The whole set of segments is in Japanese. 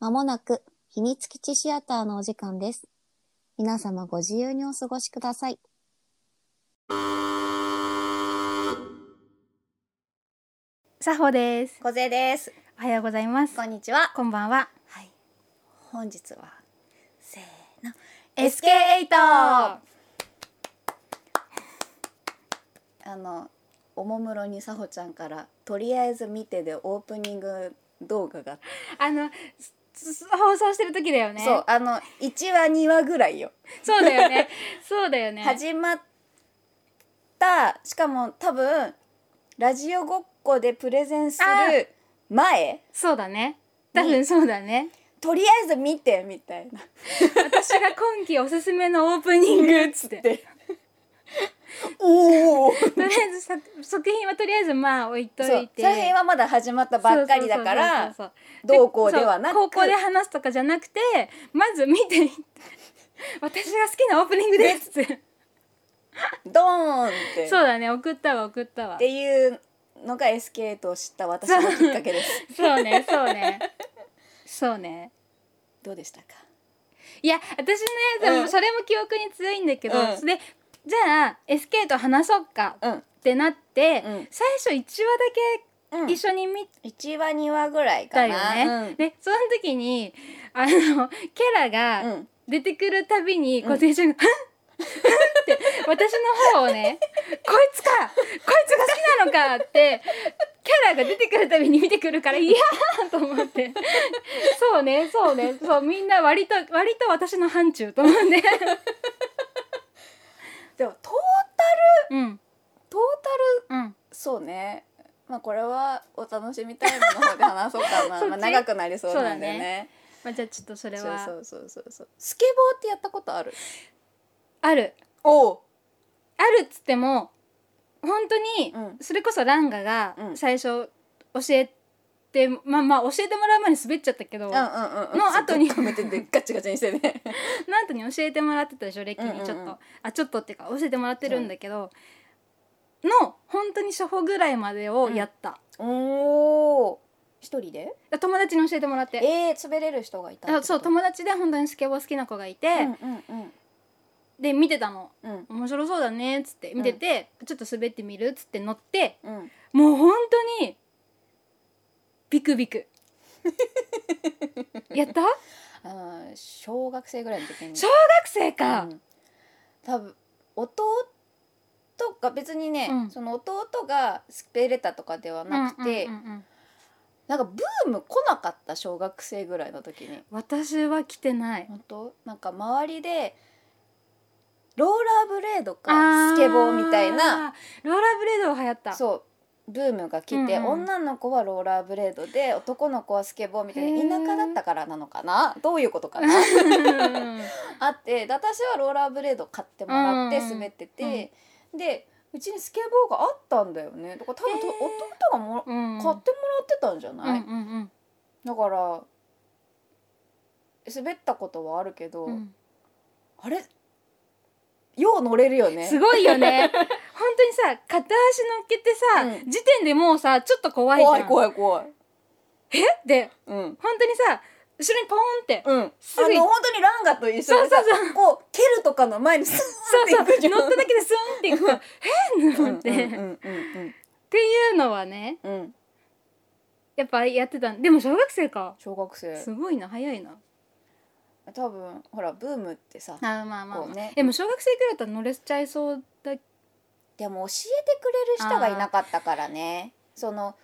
まもなく秘密基地シアターのお時間です。皆様ご自由にお過ごしください。さほです。小勢です。おはようございます。こんにちは。こんばんは。はい。本日はせーの SK8 あのおもむろにさほちゃんからとりあえず見てでオープニング動画が、あのすす放送してる時だよね。そうあの一話二話ぐらいよ。そうだよ ね。そうだよね。始まったしかも多分ラジオごっこでプレゼンする前そうだね。多分そうだね。とりあえず見てみたいな私が今期おすすめのオープニングっつって。とりで おおあえず作作品はとりあえずまあ置いとそういて。その辺はまだ始まったばっかりだからそうそうそうそうどうこうではなくそう高校で話すとかじゃなくてまず見て私が好きなオープニングですっつ って。ドーンってそうだね送ったわ送ったわっ。ていうのが SK8 を知った私のきっかけ です。そうねそうねそうねどうでしたか。いや私ねでうもんそれも記憶に強いんだけど、うんでじゃあ SK と話そうかっうん。てなって、うん最初1話だうんけ一、緒に見話二話ぐらいたかよな。ね、でその時にあのキうん。ャラうがん。出てくるたびにうん小手ちゃんが「ふんふんって私の方をね「こいつかこいつが好きなのか!」ってキャラが出てくるたびに見てくるから「いやー!」と思ってそうねそうねそうみんな割と割と私の範疇と思うんで、でもトーうんトータルうん、そうね。まあこれはお楽しみタイムの方で話そう かな。そっちまあ長くなりそうなんでね。まあ、じゃあちょっとそれそうはそうそうそうそう。スケボーってやったことある。あるおお。あるっつっても本当にうんそれこそランガがうん最初教えて、まあまあ教えてもらう前に滑っちゃったけど、うんうんうん。の後にちょっと止めてでガチガチにしてね。の後に教えてもらってたでしょレッキーにちょっと、うんうんうんあちょっとっていうか教えてもらってるんだけど、の本当に初歩ぐらいまでをやった、おお。一人で？友達に教えてもらってえー、滑れる人がいたってこあと。そう友達で本当にスケボー好きな子がいて、うんうんうんで見てたのうん面白そうだねっつって見てて、ちょっと滑ってみるっつって乗ってうん。もう本当にビク ビクやったあー小学生ぐらいの時に小学生か、うん多分弟が別にね、うんその弟がスペレタとかではなくて、うんうんうんうんなんかブーム来なかった小学生ぐらいの時に私は来てない本当なんか周りでローラーブレードあかスケボーみたいなローラーブレードは流行ったそうブームが来て、うんうん女の子はローラーブレードで男の子はスケボーみたいへな田ー舎だったからなのかなどういうことか なあってで私はローラーブレード買ってもらってうんうん滑ってて、でうちにスケボーがあったんだよねとか多分とへー弟がもら、うん買ってもらってたんじゃない、うんうんうんだから滑ったことはあるけど、うんあれよう乗れるよねすごいよね本当にさ片足乗っけてさ、うん時点でもうさちょっと怖いじゃん怖い怖い怖いでうん本当にさ後ろにポーンってうん、あのすぐい本当にランガと一緒でさそうそうこう蹴るとかの前にスそうーンそっうていくじゃん乗っただけでスンっていくからえっと思って、うんっうんうんていうのはねうんうんやっぱやってたんでも小学生か小学生すごいな早いな多分ほらブームってさあまあまあ、こうねでも小学生くらいだったら乗れちゃいそうだでも教えてくれる人がいなかったからねその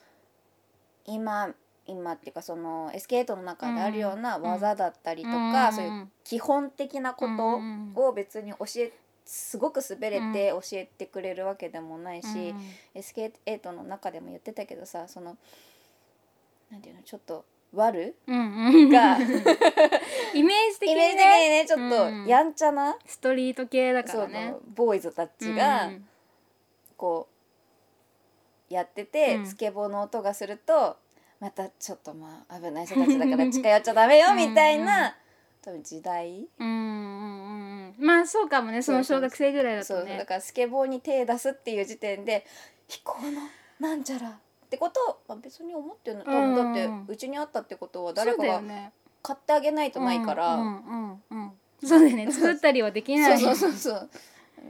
今今っていうかそのエスケートの中であるようなうん技だったりとか、んそういう基本的なことうんを別に教えすごく滑れて教えてくれるわけでもないし、うんエスケートの中でも言ってたけどさそのなんていうのちょっと悪うんうん、がイイメージ的メージ的ににねねちょっうんとやんちゃな、ストリート系だかそらうねのボーイズたちが。こうやってて、うんスケボーの音がするとまたちょっとまあ危ない人たちだから近寄っちゃダメよみたいな多分時代うんうんうんうんうんまあそうかもねその小学生ぐらいだそとうだねからスケボーに手出すっていう時点で非行のなんちゃらってことを、まあ、別に思ってるの多分うんだってうちにあったってことはそ誰うかだよがね買ってあげないとないから、うんうんうんうんそうだよね作ったりはできないそうそうそうそ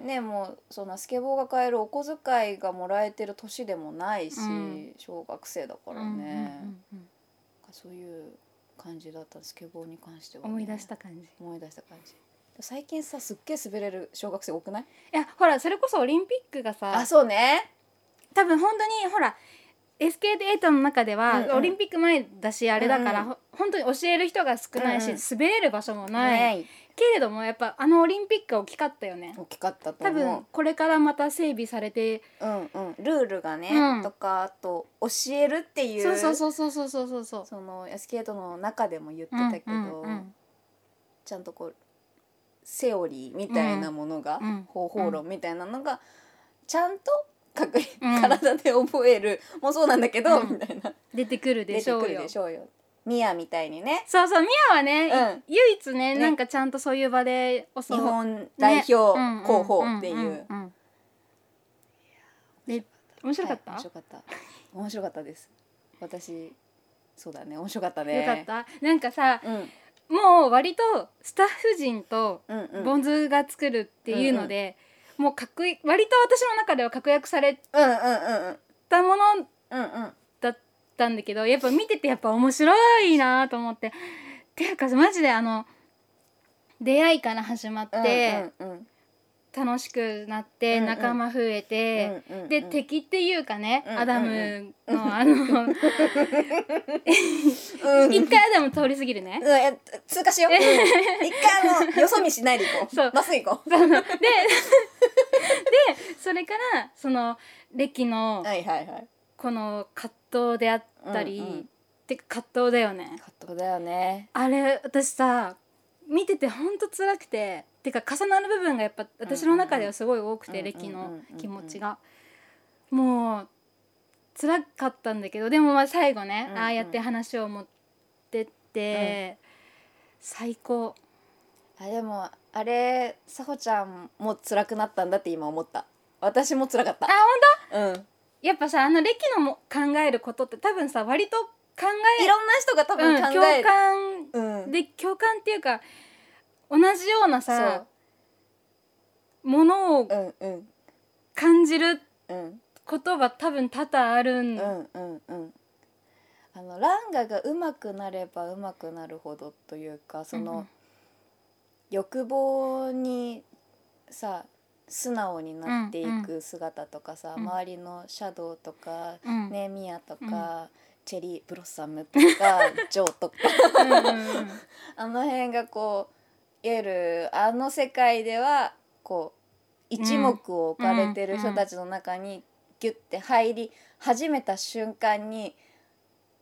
うねもうそんなスケボーが買えるお小遣いがもらえてる年でもないし、うん小学生だからうんうんうんね、うんそういう感じだったスケボーに関しては、ね、思い出した感じい思い出した感じ最近さすっげえ滑れる小学生多くないやほらそれこそオリンピックがさあそうね多分本当にほら SKT8 の中では、うんうんオリンピック前だしあれだから、うんほ本当に教える人が少ないし、うんうん滑れる場所もない、ねけれどもやっぱあのオリンピックは大きかったよね大きかったと多思う分これからまた整備されてうんうん、ルールがね、うんとかあと教えるっていうそうそうそうそうそうそうそうそうそのスケートの中でも言ってうんたけど、うんちゃんとこうセオリーみたいなものが、うんうん方法論みたいなのがちゃんと確認、うん体で覚えるもそうなんだけど、うんみたいな出てくる出でてしょくうるよでしょうよ。ミアみたいにねそうそうミアはね、うん唯一ねねなんかちゃんとそういう場で教日わ本代表ね候補っていう。んんんで面白かった、はい面白かった面白かったです私そうだね面白かったねよかったなんかさたうんもう割とスタッフ陣とうんうんボンズが作るっていうので、もうかっこいい割と私の中では確約されうんうんうんたものうんうんだったんだけどやっぱ見ててやっぱ面白いなと思ってていうかマジであの出会いから始まって、うんうん楽しくなって、うんうん仲間増えて、うんうんで敵っていうかね、うんうんうんアダムのあのうん 一回アダム通り過ぎるねう。んえ通過しよう、うん一回あのよ そ見しないでいこうそうまっすぐ行こうそうで でそれからその歴のはいはいはいこの葛藤であったり、うんうんてか葛藤だよねカットだよねあれ私さ見ててほんと辛くててか重なる部分がやっぱ私の中ではすごい多くて、うんうんうん歴うんのうんうん気持ちが、もう辛かったんだけどでもまあ最後ね、うんうんああやって話を持ってって、最高あでもあれさほちゃんも辛くなったんだって今思った私も辛かったあ本うんいやっぱさあの歴のも考えることって多分さ割と考えろんな人が多分うん、考共える、感うんで共感っていうか同じようなそうさものうをんうん感じるうんことが多分多々あるんだうんうんうんあのランガが上手くなれば上手くなるほどというかそうんうのん欲望にさ素直になっていうんく姿とかさ、うん周りのシャドウとか、うんねミアとか、うチェリーブロッサムと かジョーとかうんうんうんあの辺がこういわゆるあの世界ではこう一目を置かれてる人たちの中にギュッて入り始めた瞬間に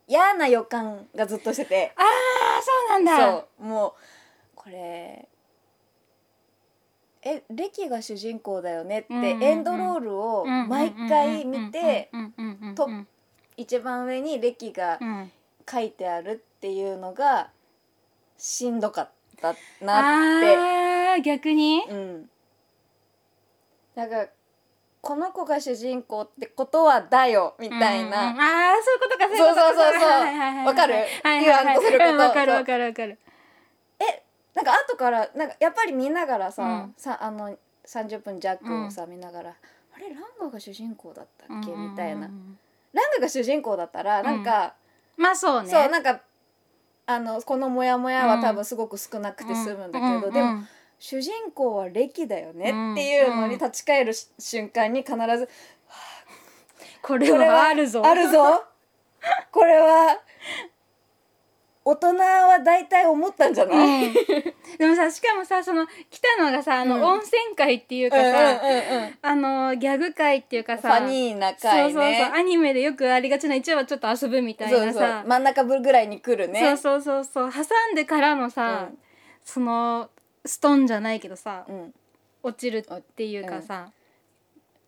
嫌な予感がずっとしててあそうなんだそうもうこれえレキが主人公だよねってうんうんうんエンドロールをうん毎回見てうんうんうんうんとうん一番上にレキがうん書いてあるっていうのがしんどかったなってあー逆にうん、なんかこの子が主人公ってことはだよみたいうんうんな、あーそういうことかいことそかうそうそうそうはいはいはいはいわかるはい言わんとすることはいはいわかるわかるわかるなんか後からなんかやっぱり見ながらさ,、うんさあの30分弱をさ、見ながら「あれランガが主人公だったっけ?」みたいな、うんうんうんランガが主人公だったらなんか、まあそうねそうなんかあのこのモヤモヤは多分すごく少なくて済むんだけど、でもも主人公は歴だよねうんっていうのに立ち返るし瞬間に必ずこれはあるぞあるぞこれは大人は大体思ったんじゃない、うん、うん でもさしかもさその来たのがさあの、うん温泉会っていうかさ、あのギャグ会っていうかフさァニーなそう回ねそうそうアニメでよくありがちな一話ちょっと遊ぶみたいなそうそうさ真ん中ぐらいに来るねそうそうそうそう挟んでからのさ、うんそのストンじゃないけどさ、うん落ちるっていうかさ、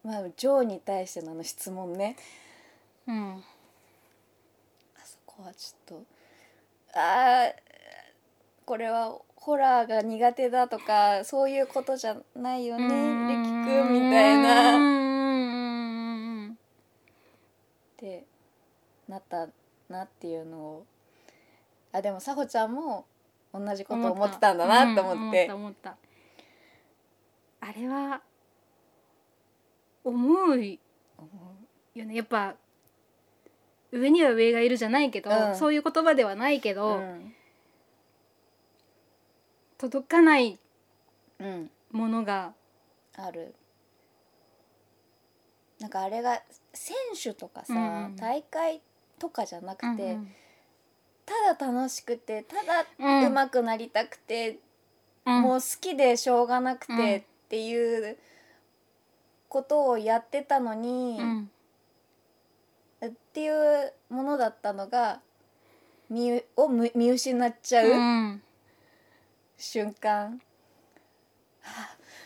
まあジョーに対してのあの質問ねうんあそこはちょっとあーこれはホラーが苦手だとかそういうことじゃないよねうリキん君みたいな。うんってなったなっていうのをあでもさほちゃんも同じこと思ってたんだなと思って、うん思った思ったあれは思うよねやっぱ上には上がいるじゃないけど、うんそういう言葉ではないけど、うん届かないうんものがあるなんかあれが選手とかさ、うんうん大会とかじゃなくて、うんただ楽しくてたうんだ上手くなりたくて、うんもう好きでしょうがなくうんてっていうことをやってたのに、うんっていうものだったのが見うをむ見失っちゃう。うん瞬間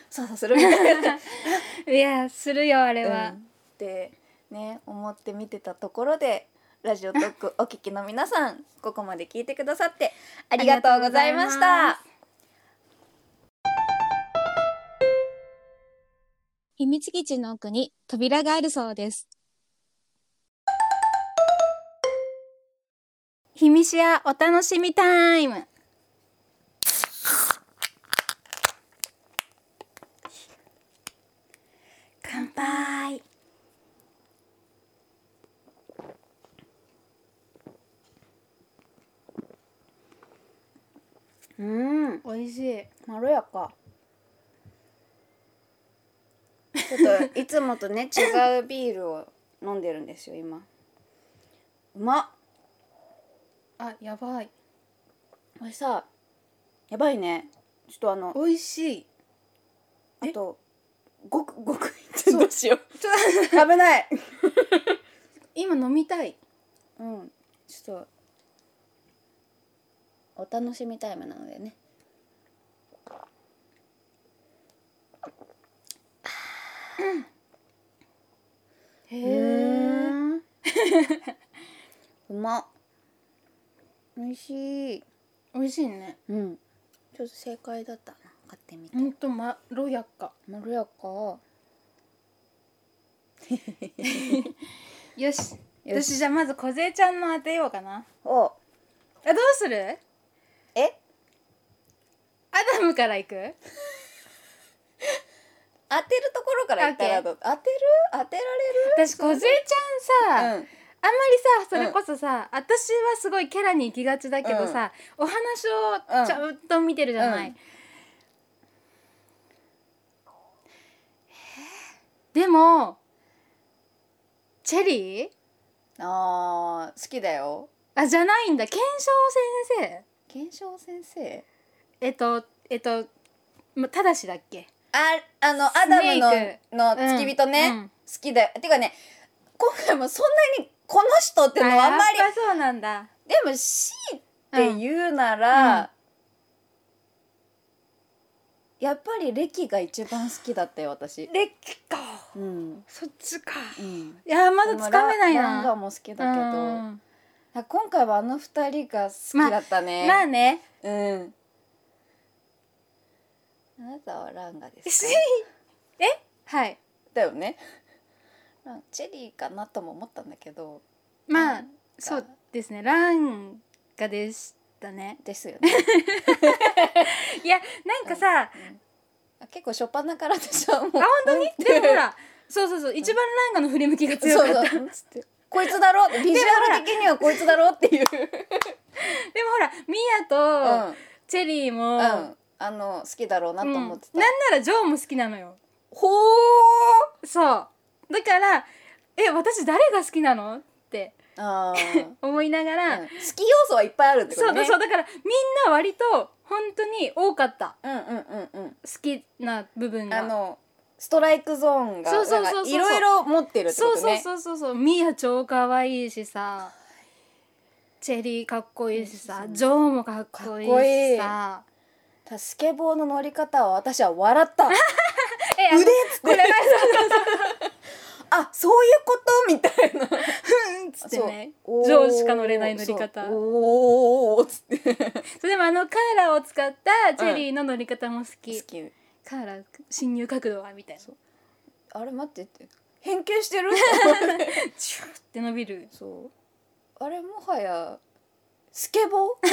そうそうするみたいないやするよあれはう、んってね思って見てたところでラジオトー クお聞きの皆さんここまで聞いてくださってありがとうございましありがた秘密基地の奥に扉があるそうです。ひみしやお楽しみタイム乾杯うん美味しいまろやかちょっといつもとね違うビールを飲んでるんですよ今うまっあやばいこれさやばいねちょっとあの美味しいあとごくごくいってどうしようちょっと危ない今飲みたいうん、ちょっとお楽しみタイムなのでね。へーうまっ。美味しい。美味しいねうん。ちょっと正解だったな。買ってみてほ。んとまろやかまろやか。よよしし私じゃあまず小ちゃんの当てようかなお、あどうするえ、アダムからいく当てるところからいったらどう当てる？当て私小ちゃんらさ、れる？うん。あんまりさそれこそさ、私はすごいキャラに行きがちだけどさ、お話をちゃんと見てるじゃない、うんえーでもチェリーああ、好きだよ。あじゃないんだ検証先生検証先生。えっとえっとまただしだっけああのアスダネムークののうん付き人ね、うん好きだよてかね今回もそんなにこの人ってのはあんまりやっぱそうなんだでも C って言うなら、うんやっぱりレキが一番好きだったよ私レッキかうんそっちかうんいやまだつかめないラなランガも好きだけど、うんあ今回はあの二人が好きだったね、まあ ねうんあなたはランガです かえはいだよね まあチェリーかなとも思ったんだけどまラあンそうですねランガでしたねですよね、 いやなんかさ、うんあ結構初っ端から私はもうあ本当にでもほらそうそうそう一番ランガの振り向きが強かったそうそうつってこいつだろビジュアル的にはこいつだろって いう、でもほらミうんヤうとん、チェリーも、あの好きだろうなと思ってた、うんなんならジョーも好きなのよほーそうだからえ私誰が好きなのってあ ー、思いながら、うん好き要素はいっぱいあるってこそとうねだそうだからみんな割と本当に多かったうんうんうんうん好きな部分があのストライクゾーンがそうそうそうそうなんかいろいろ持ってるってこそうとそうねそうそうそうミヤ超可愛いしさチェリーかっこいいしさジョーもかっこいいかっこいしいさただスケボーの乗り方は私は笑った えあの腕っつって あそういうことみたいなうんっつってねそうおージョーしか乗れない乗り方そうおーっつってそうでもあのカーラを使ったチェリーの乗り方も好き、好きカーラ侵入角度はみたいなそうあれ待ってって変形 してるチューって伸びる そうあれもはやスケボー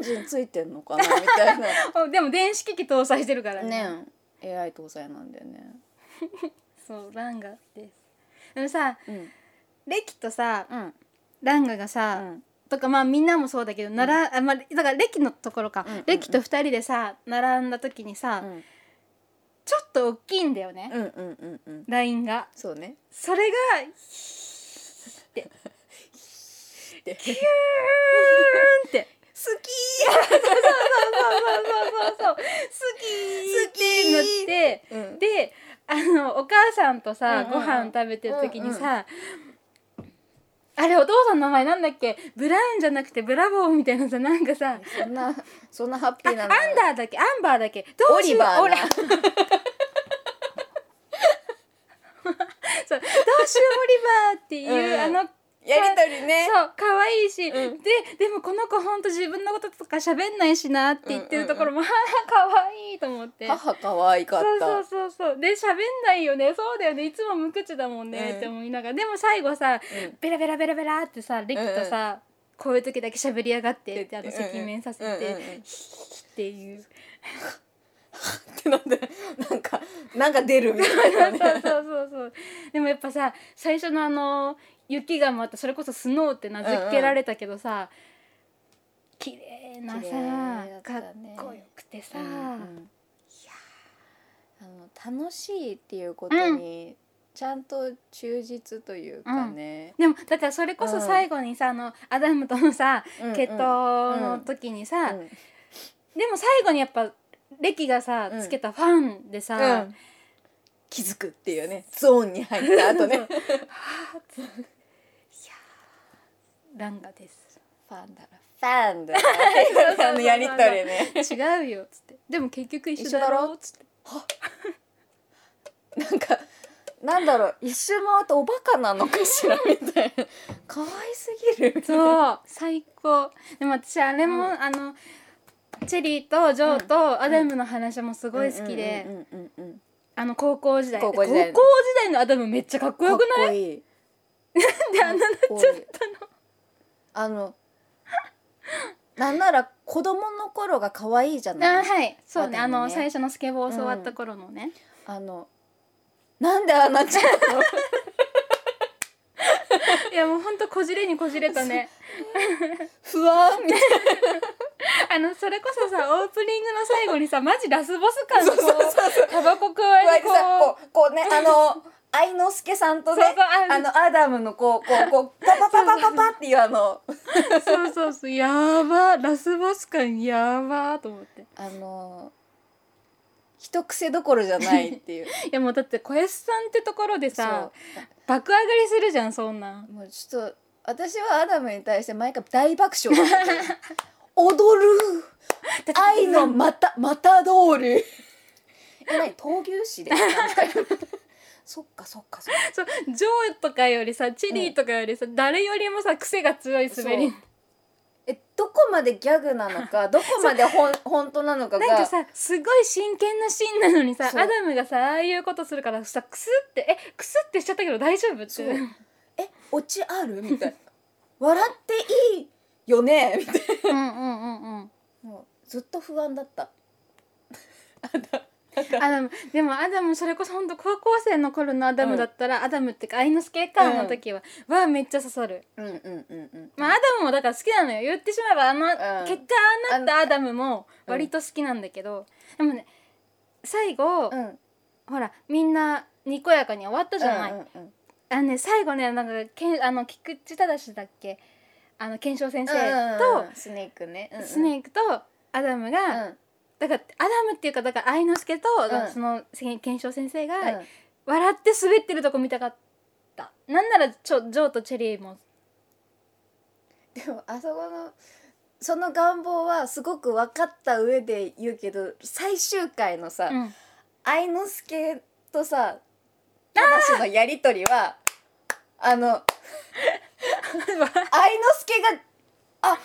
ンジンついてんのかなみたいなあでも電子機器搭載してるからねえ AI 搭載なんだよねそうランガですでもさうんレキとさうんランガがうさ、んとかまあみんなもそうだけど、ならあまあだからレキのところか、うんうんうんレキと2人でさ並んだ時にさ、うんちょっと大きいんだよね、うんうんうんうんラインがそうねそれがでうんっ好きてそうそうそうそうそう好き好きってなってーうんであのお母さんとさ、うんうんご飯食べてる時にさ、あれお父さんの名前なんだっけブラウンじゃなくてブラボーみたいなさなんかさそんなそんなハッピあアーンなダのーだっけアンバーだっけどうしオリようバーなオラそうどうしようオリバーっていう、うんあのやりとりねそう可愛いし、うんででもこの子ほんと自分のこととか喋んないしなって言ってるところも、はは可愛いと思って。母可愛かっそうたそうそうそうで喋んないよねそうだよねいつも無口だもんね、うんって思いながらでも最後さうんベラベラベラベラってさレキとさ、こういう時だけ喋りやがってってあのうんうん赤面させうんうんうてんっていうってなんでなんかなんか出るみたいそなう ねそうそうそうでもやっぱさ最初のあの雪がまたそれこそスノーって名付けられたけどさ、綺麗な綺さ、麗だったかっねこよくてさ、うんうんあの楽しいっていうことにちゃんと忠実というかね、でもだからそれこそ最後にさ、あのアダムとのさうん決闘の時にさ、うんでも最後にやっぱレキがさうんつけたファンでさ、うん気づくっていうねゾーンに入った 後ねランガです。ファンだらファンだらあのやりとりね違うよっつってでも結局一緒一緒だだろろっつってなんかなんだろう一周回っておバカなのかしらみた いな可愛すぎるそう最高でも私あれも、あのチェリーとジョーとアダムの話もすごい好きで、うんうんうんうんあの高校時代高校時代の高時代のアダムめっちゃかっこよくないかっこいいであんななっちゃったのあのなんなら子供の頃が可愛いじゃない あはいそうねアダあムねの最初のスケボーを教わった頃のね、あのなんでああなっちゃうのいやもうほんとこじれにこじれたね不安みたいあのそれこそさオープニングの最後にさマジラスボス感のこうタバコ加なえ感じでてこうさこうこうねあ の愛之助さんとねそうそうああのアダムのこうこうこうパパパパパパっていうあのそうそうそうやばラスボス感やばと思ってあの一癖どころじゃないって いういやもうだって小安さんってところでさそ爆上がりするじゃんそんなんうもうちょっと私はアダムに対して毎回大爆笑だったけど踊る愛のまた また通りえ何闘牛士で そっかそっかそっかそうジョーとかよりさチェリーとかよりさ、誰よりもさ癖が強い滑りそうえどこまでギャグなのかどこまでほん 本当なのかがなんかさすごい真剣なシーンなのにさアそうダムがさああいうことするからさクスってえクスってしちゃったけど大丈夫っそてうえオチあるみたいな笑っていいよねみたいうんうんうん うんなもうずっと不安だったアダムでもアダムそれこそ本当高校生の頃のアダムだったら、アダムってか愛之助かの時は、はめっちゃ刺さるうんうんうんうんまあアダムもだから好きなのよ言ってしまえばあの、ん結果ああなったアダムも割と好きなんだけど、でもね最後、うんほらみんなにこやかに終わったじゃない、うんうんうんあのね最後ねなんかけんあの菊池忠だっけあの賢章先生うんうんとうんスネークね、うんうん、スネークとアダムが、うんだからアダムっていうかだから愛之助と、うんその賢章先生が、うん笑って滑ってるとこ見たかったなんならちょジョーとチェリーもでもあそこのその願望はすごく分かった上で言うけど最終回のさ、うん愛之助とさ正のやりとりはあ の愛之助があ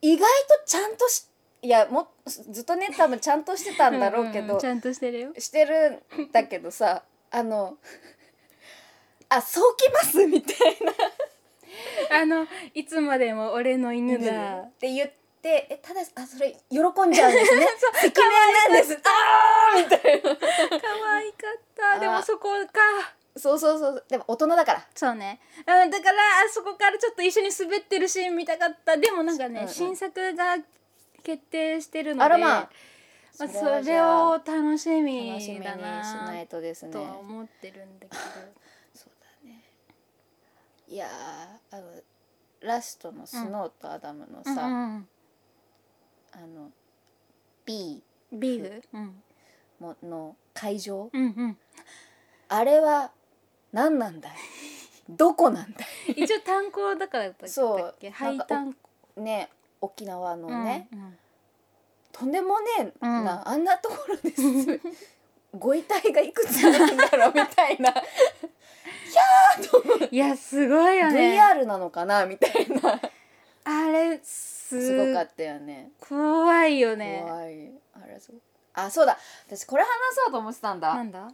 意外とちゃんとしいやもずっとね多分ちゃんとしてたんだろうけどんんちゃんとしてるよしてるんだけどさあの「あそうきます」みたいなあのいつまでも俺の犬だって言ってえただあそれ喜んじゃうんです ね赤面なんですあーみたいな可愛かったあでもそこかそうそうそうでも大人だからそうね、うん、だからあそこからちょっと一緒に滑ってるシーン見たかったでもなんかね、うんうん新作が決定してるのであらまあまあそそれはじれゃあを楽し楽しみみにしだなないとですねとは思ってるんだけど、そうだねいやーあのラストのスノーとアダムのさ、うんうんあの B ビーフ、うん、もの会場、うんうんあれは何なんだいどこなんだ一応炭鉱だからだったっけそう廃炭いね沖縄の鉱ね、うんうんとんでもねえうんな、あんなところです ご遺体がいくつあるんだろうみたい ないやすごいよね VR なのかなみたいなあれ すすごかったよね怖いよね怖いあれすごいあそうだ私これ話そうと思ってたんだ、なんだ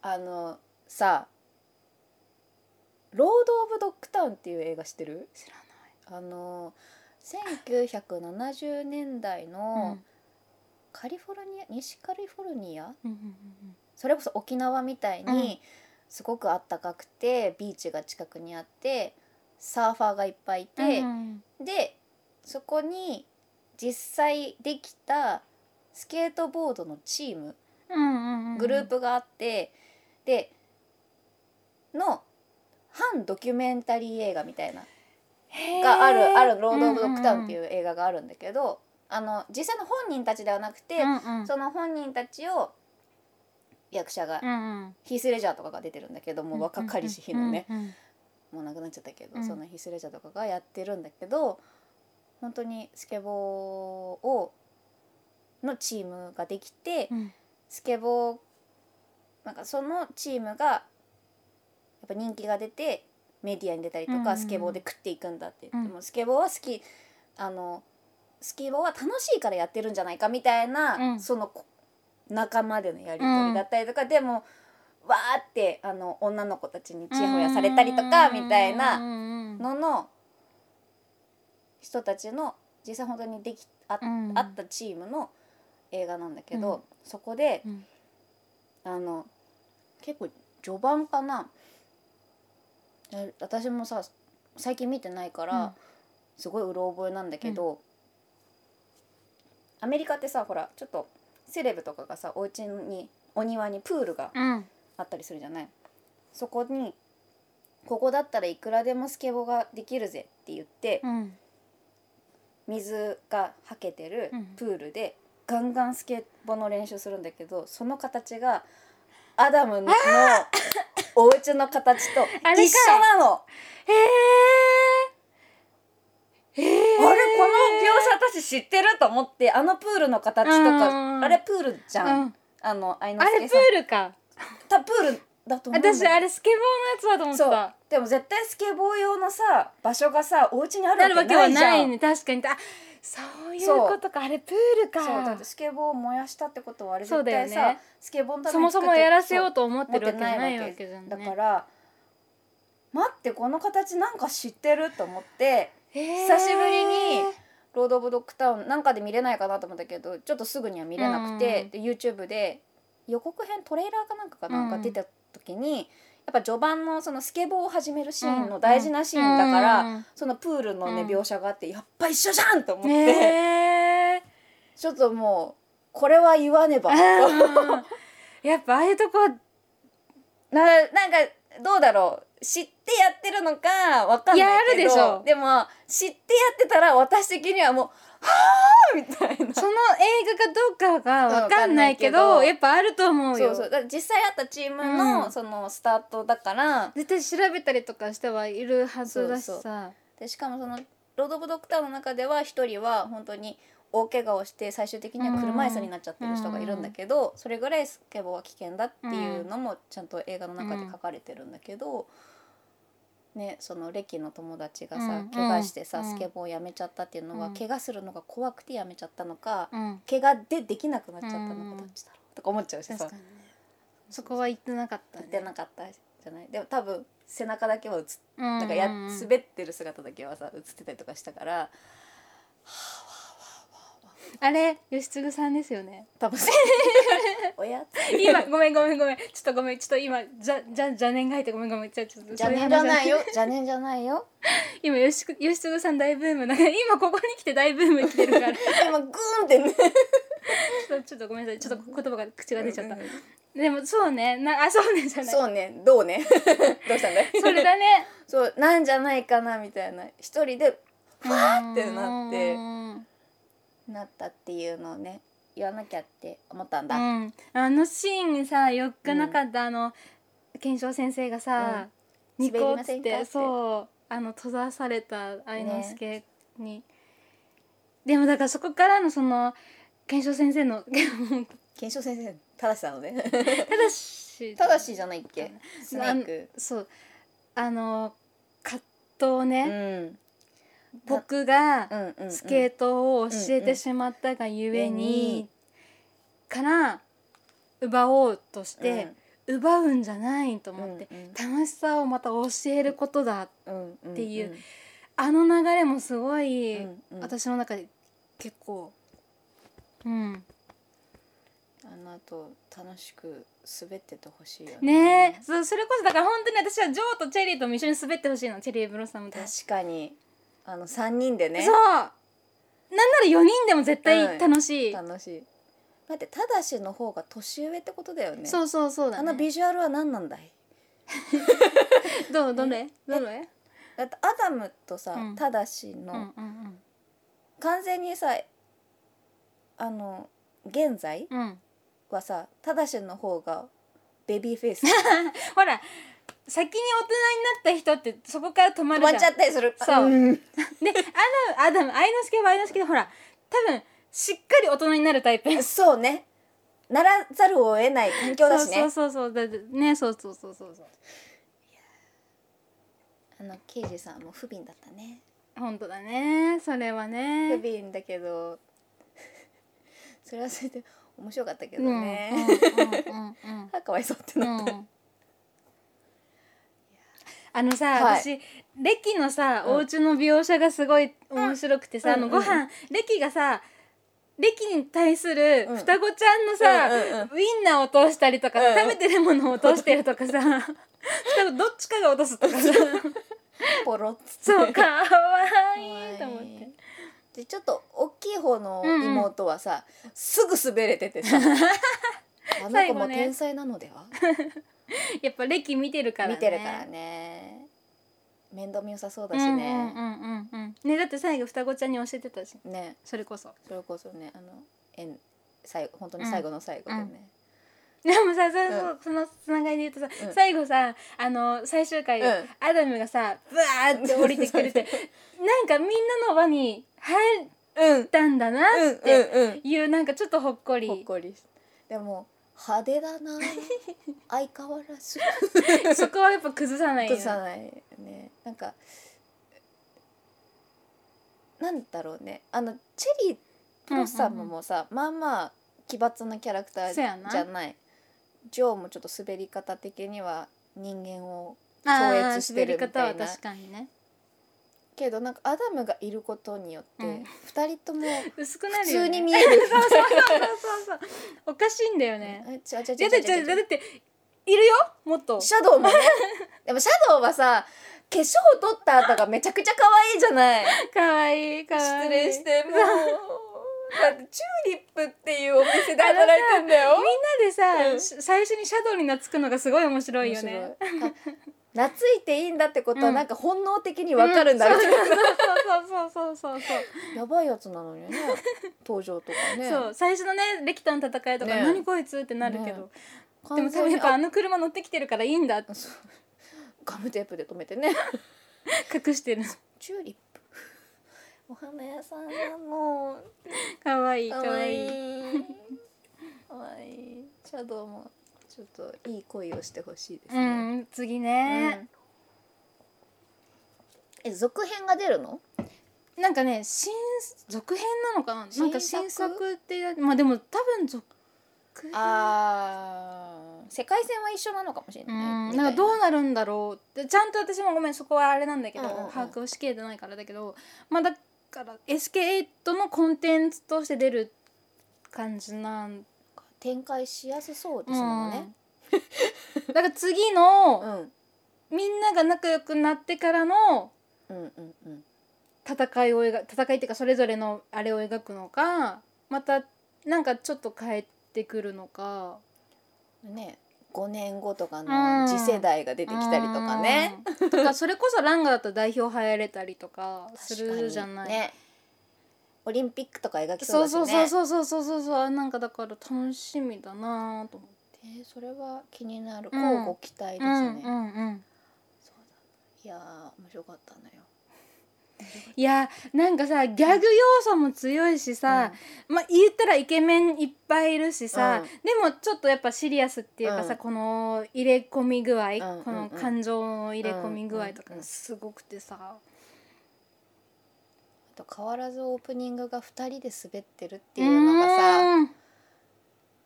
あのさ「ロード・オブ・ドッグタウン」っていう映画知ってる知らあの1970年代ない、のうんカリフォルニア、西カリフォルニアうんうんそれこそ沖縄みたいうんにすごくあったかくて、ビーチが近くにあってサーファーがいっぱいいうんうんてう、んでそこに実際できたスケートボードのチームうんうんうんグループがあって、での反ドキュメンタリー映画みたいながあるある「ロード・オブ・ドッグタウン」っていうう映画があるんだけど、あの実際の本人たちではなくて、んうんうんその本人たちを役者が、うんうんヒース・レジャーとかが出てるんだけどもう若かりし日のね、うんうんもう亡くなっちゃったけど、うんそのヒース・レジャーとかがやってるんだけど本当にスケボーをのチームができて、うんスケボーなんかそのチームがやっぱ人気が出てメディアに出たりとうんうんか、うんスケボーで食っていくんだって言って、うんもスケボーは好きあのスケボーは楽しいからやってるんじゃないかみたいな、うんそのこ仲間でのやり取りだったりとか、でもわーってあの女の子たちにちやほやされたりとか、みたいな。のの人たちの実際本当にできあ,、うんあったチームの映画なんだけど、うんそこで、うんあの結構序盤かなえ私もさ最近見てないから、うんすごいうろ覚えなんだけど、アメリカってさほらちょっとセレブとかがさお家にお庭にプールがうんあったりするじゃないそこにここだったらいくらでもスケボーができるぜって言ってうん水がはけてるうんプールでガンガンスケボーの練習するんだけどその形がアダムのお家の形とあれかい一緒なのへえあへえれこの描写私知ってると思ってあのプールの形とうんうんうかんあれプールじゃん、うんあの愛あ之助れプさんールかたプールだと思うんだけ私どあれスケボーのやつだとそ思うっでも絶対スケボー用のさ場所がさお家にあたるなるわけわけなはいじゃなんいね確かにあそういうことかあれプールそうだかってスケボーを燃やしたってことはあれそう絶だよ対ねさ、スケボーのたそめもにそ作ってもやらせようとと思ってるわけじゃなないいわわけけじゃんねだから待ってこの形なんか知ってると思って久久しぶりに「ロード・オブ・ドッグタウン」なんかで見れないかなと思ったけどちょっとすぐには見れなくて、うんで YouTube で予告編トレーラーかなんかかなんかうん出た時に、やっぱ序盤のそのスケボーを始めるシーンの大事なシーンだから、そのプールのね、うん描写があってやっぱ一緒じゃんと思って、ねえちょっともうこれは言わね ばなうんやっぱああいうとこなんかどうだろう知ってやってるのかわかんないけどいやあるでしょでも知ってやってたら私的にはもう「はあ!」みたいな。その映画かどうかがわかんないけうんわどかんないけどやっぱあると思うそようそうだから実際あったチームの、うんそのスタートだから絶対調べたりとかしてはいるはずだしそうさでしかもその「ロード・オブ・ドクター」の中では一人は本当に大怪我をして最終的には車椅子になっちゃってる人がいるんだけど、それぐらいスケボーは危険だっていうのもちゃんと映画の中で書かれてるんだけど、ね、そのレキの友達がさ、うん怪我してさ、うんスケボーをやめちゃったっていうのは、うん怪我するのが怖くてやめちゃったのか、うん怪我でできなくなっちゃったのうかんどっちだろうとか思っちゃうしさ確かにねそこは言ってなかった言ねってなかったじゃないでも多分背中だけは映っうんなんかや滑ってる姿だけはさ映ってたりとかしたから、はあはあはあれ吉次さんですよね多分 おやつ 今ごめんごめんごめんちょっとごめんちょっと今じゃじゃ邪念がいてごめんごめんちょちょっと邪念じゃないよ邪念じゃないよ今よし吉次さん大ブームだから 今ここに来て大ブーム来てるから ち 今グーンってねょっとちょっとごめんなさいちょっと言葉が口が出ちゃったでもそうねなあそうねじゃないそうねどうね どうしたん だいそれだねそうなんじゃないかなみたいな一人でふわーってなってうんなったっていうのをね言わなきゃって思ったんうだ、ん、あのシーンさよくなかった、あの賢章先生がさ、うんニコ滑りっまつせっんかっててそうあの閉ざされた愛之助に、でもだからそこからのその賢章先生の 検証先生正しさのねただし正しじゃないっけスネあのークそうあの葛藤うね、ん僕がうんうんスケーートを教えうんうてんしまったがゆえゆえにに、から奪おうとして、奪うんじゃないと思って、楽しさをまた教えることだっていうあの流れもすごい、私私の中で結構うんあの後楽しく滑っててほしいよねえそうそれこそだから本当に私はジョーとチェリーとも一緒に滑ってほしいのチェリーブロッサムと、確かにあの三人でねそうなんなら4人でも絶対楽しい、楽しい待ってただしの方が年上ってことだよねそうそうそうだ、あね、のビジュアルは何なんだいどうどれどれだってアダムとさ、うんただしうの、んうんうん完全にさあの現在うんはさただしの方がベビーフ ェイスほら先に大人になった人ってそこから止ま止るまじゃんっちゃったりするそうんでアダムアダム愛之助は愛之助でほら多分しっかり大人になるタイ プそうねならざるを得ない環境だしねそうそうそうそうだってねそうそうそうそうそうあの刑事さんも不憫だったね本当だねそれは不ね憫だけどそれはそれで面白かったけどうんうんね、うんあかわいそうってうんうなっんた、うんあのさ、はい私レキのさ、うんお家の描写がすごい面白くてさ、うんあうのんご飯、レキがさレキに対するうん双子ちゃんのうさ、んうんうんウインナーを落としたりとか、うんうん食べてるものを落としてるとか さ双子どっちかが落とすとかさポロッつってそうかわいいと可愛思っいて。でちょっと大きい方のうんうん妹はさ、すぐ滑れてて さあの最子後もね天才なのでは、やっぱ歴見てるからね見てるからね面倒見よさそうだしうんうね、んうんうんうんねだって最後双子ちゃんに教えてたしねそれこそそれこそねあの縁最後本当に最後の最後でね、 でもさそ,、うそうそのつながりで言うとさ、うん最後さあの最終回、うんアダムがさブワ ーって降りてきてるってなんかみんなの輪に入っうん、うんたんだなうんってうんいう、なんかちょっとほっこりほっこりしでも派手だ な相変わらずそこはやっぱ崩さないよ崩さないねなんかなんだろうねあのチェリープロサムもさ、まあまあ奇抜なキャラクターそじやゃなないジョーもちょっと滑り方的には人間をあー超越してるみたいな滑り方は確かにねけどなんかアダムがいることによってうん二、人とも薄くな普るよ、通ね、に見える。 そうそうそうそうそうおかしいんだ よね、えちゃちゃいちやゃだちっゃてちゃちだゃっているよもっ とシャドウもねでもシャドウはさ化粧を取った後がめちゃくちゃ可愛いじゃないかわいいかわいい失礼してもうだってチューリップっていうお店で働いてんだよみんなでさ、うんし最初にシャドウに懐くのがすごい面白いよね面白いあ懐いていいんだってことうはんなんか本能的にわかるんだうみんたいなそうそうそうそうそうそう、やばいやつなのにね登場とか ねそう最初のねレキとの戦いとか、ね何こいつってなるけど、でも完多全分にやっぱあの車乗ってきてるからいいんだってあそうガムテープで止めてね隠してるの チューリップお花屋さんなのかわいいか可わ愛いいい 可愛いシャドウもちょっといい恋をしてほしいですうね、ん次うね、んえ続編が出るのなんかね新続編なのかななんか新新作作ってまあでも多分続編あー世界線は一緒なのかもしれうないんみなたんいかどうなるんだろうってちゃんと私もごめんそこはあれなんだけうど、んうんうん把握しきれてないからだけどまあだから SK8 のコンテンツとして出る感じなん展開しやすそうですうもんんね。 だから次の、うんみんなが仲良くなってからのうんうんうん。戦いを描戦いっていうかそれぞれのあれを描くのかまたなんかちょっと変えてくるのかね5年後とかうのん次世代が出てきたりとかね。うんとかそれこそランガだと代表入れたり とかするじゃ確かない、にねオリンピックとか描きそそううだしそねうそうそうそうそうそうそうなんかだから楽しみだなと思っえてーそれは気になるうん乞うご期待ですね、うんうんうんそうだいやー面白かったのよいやなんかさギャグ要素も強いしさ、まあ言ったらイケメンいっぱいいるしさ、うんでもちょっとやっぱシリアスっていうかうさ、んこの入れ込み具合、んうんこの感情の入れ込み具合うとかんうんうんすごくてさ、あと変わらずオープニングが2人で滑ってるっていうのがさうん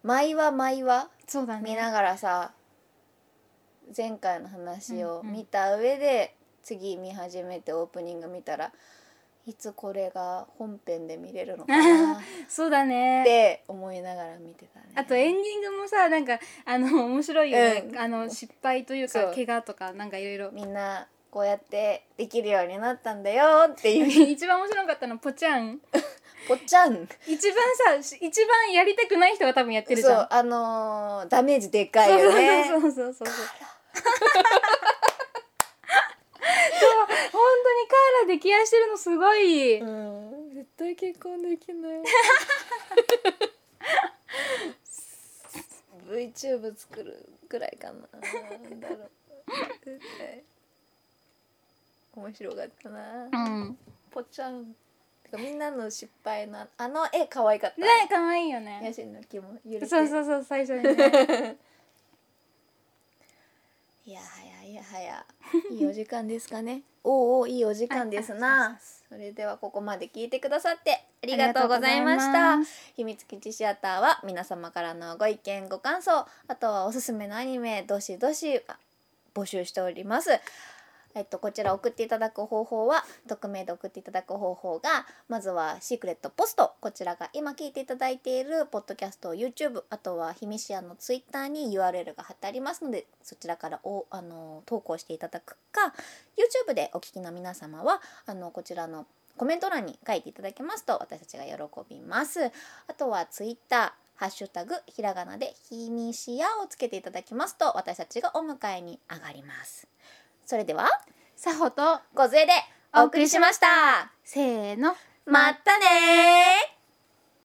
毎話毎話そうだね見ながらさ前回の話を見た上で次見始めてオープニング見たらいつこれが本編で見れるのか なっそうだねて思いながら見てたね。あとエンディングもさなんかあの面白いよね、うんあの失敗というそかう怪我とかなんかいろいろみんなこうやってできるようになったんだよっていう 一番面白かったのポチャンぽっちゃん一番さ一番やりたくない人が多分やってるじそゃんうあのーダメージでかいよねそうそうそうそうそう。そう本当にカーラ出来合いしてるのすごい。うん絶対結婚できない VTube 作るぐらいかななんだろう絶対面白かったなうん。ぽっちゃんてかみんなの失敗のあの絵可愛かったね可愛いよヤね。シの木も揺れてそうそうそう最初にね。いやはやいやはやいいお時間ですかね おうおういいお時間ですなそれではここまで聞いてくださってありがとうございましあたりがとうございます秘密基地シアターは皆様からのご意見ご感想あとはおすすめのアニメどしどしあ募集しておりますえっと、こちら送っていただく方法は匿名で送っていただく方法がまずはシークレットポストこちらが今聞いていただいているポッドキャスト YouTube あとはひみしやの Twitter に URL が貼ってありますのでそちらからおあの投稿していただくか YouTube でお聞きの皆様はあのこちらのコメント欄に書いていただけますと私たちが喜びますあとは Twitter ハッシュタグひらがなでひみしやをつけていただきますと私たちがお迎えに上がりますそれではさほとごずえでお送りしました。せーの。まったねー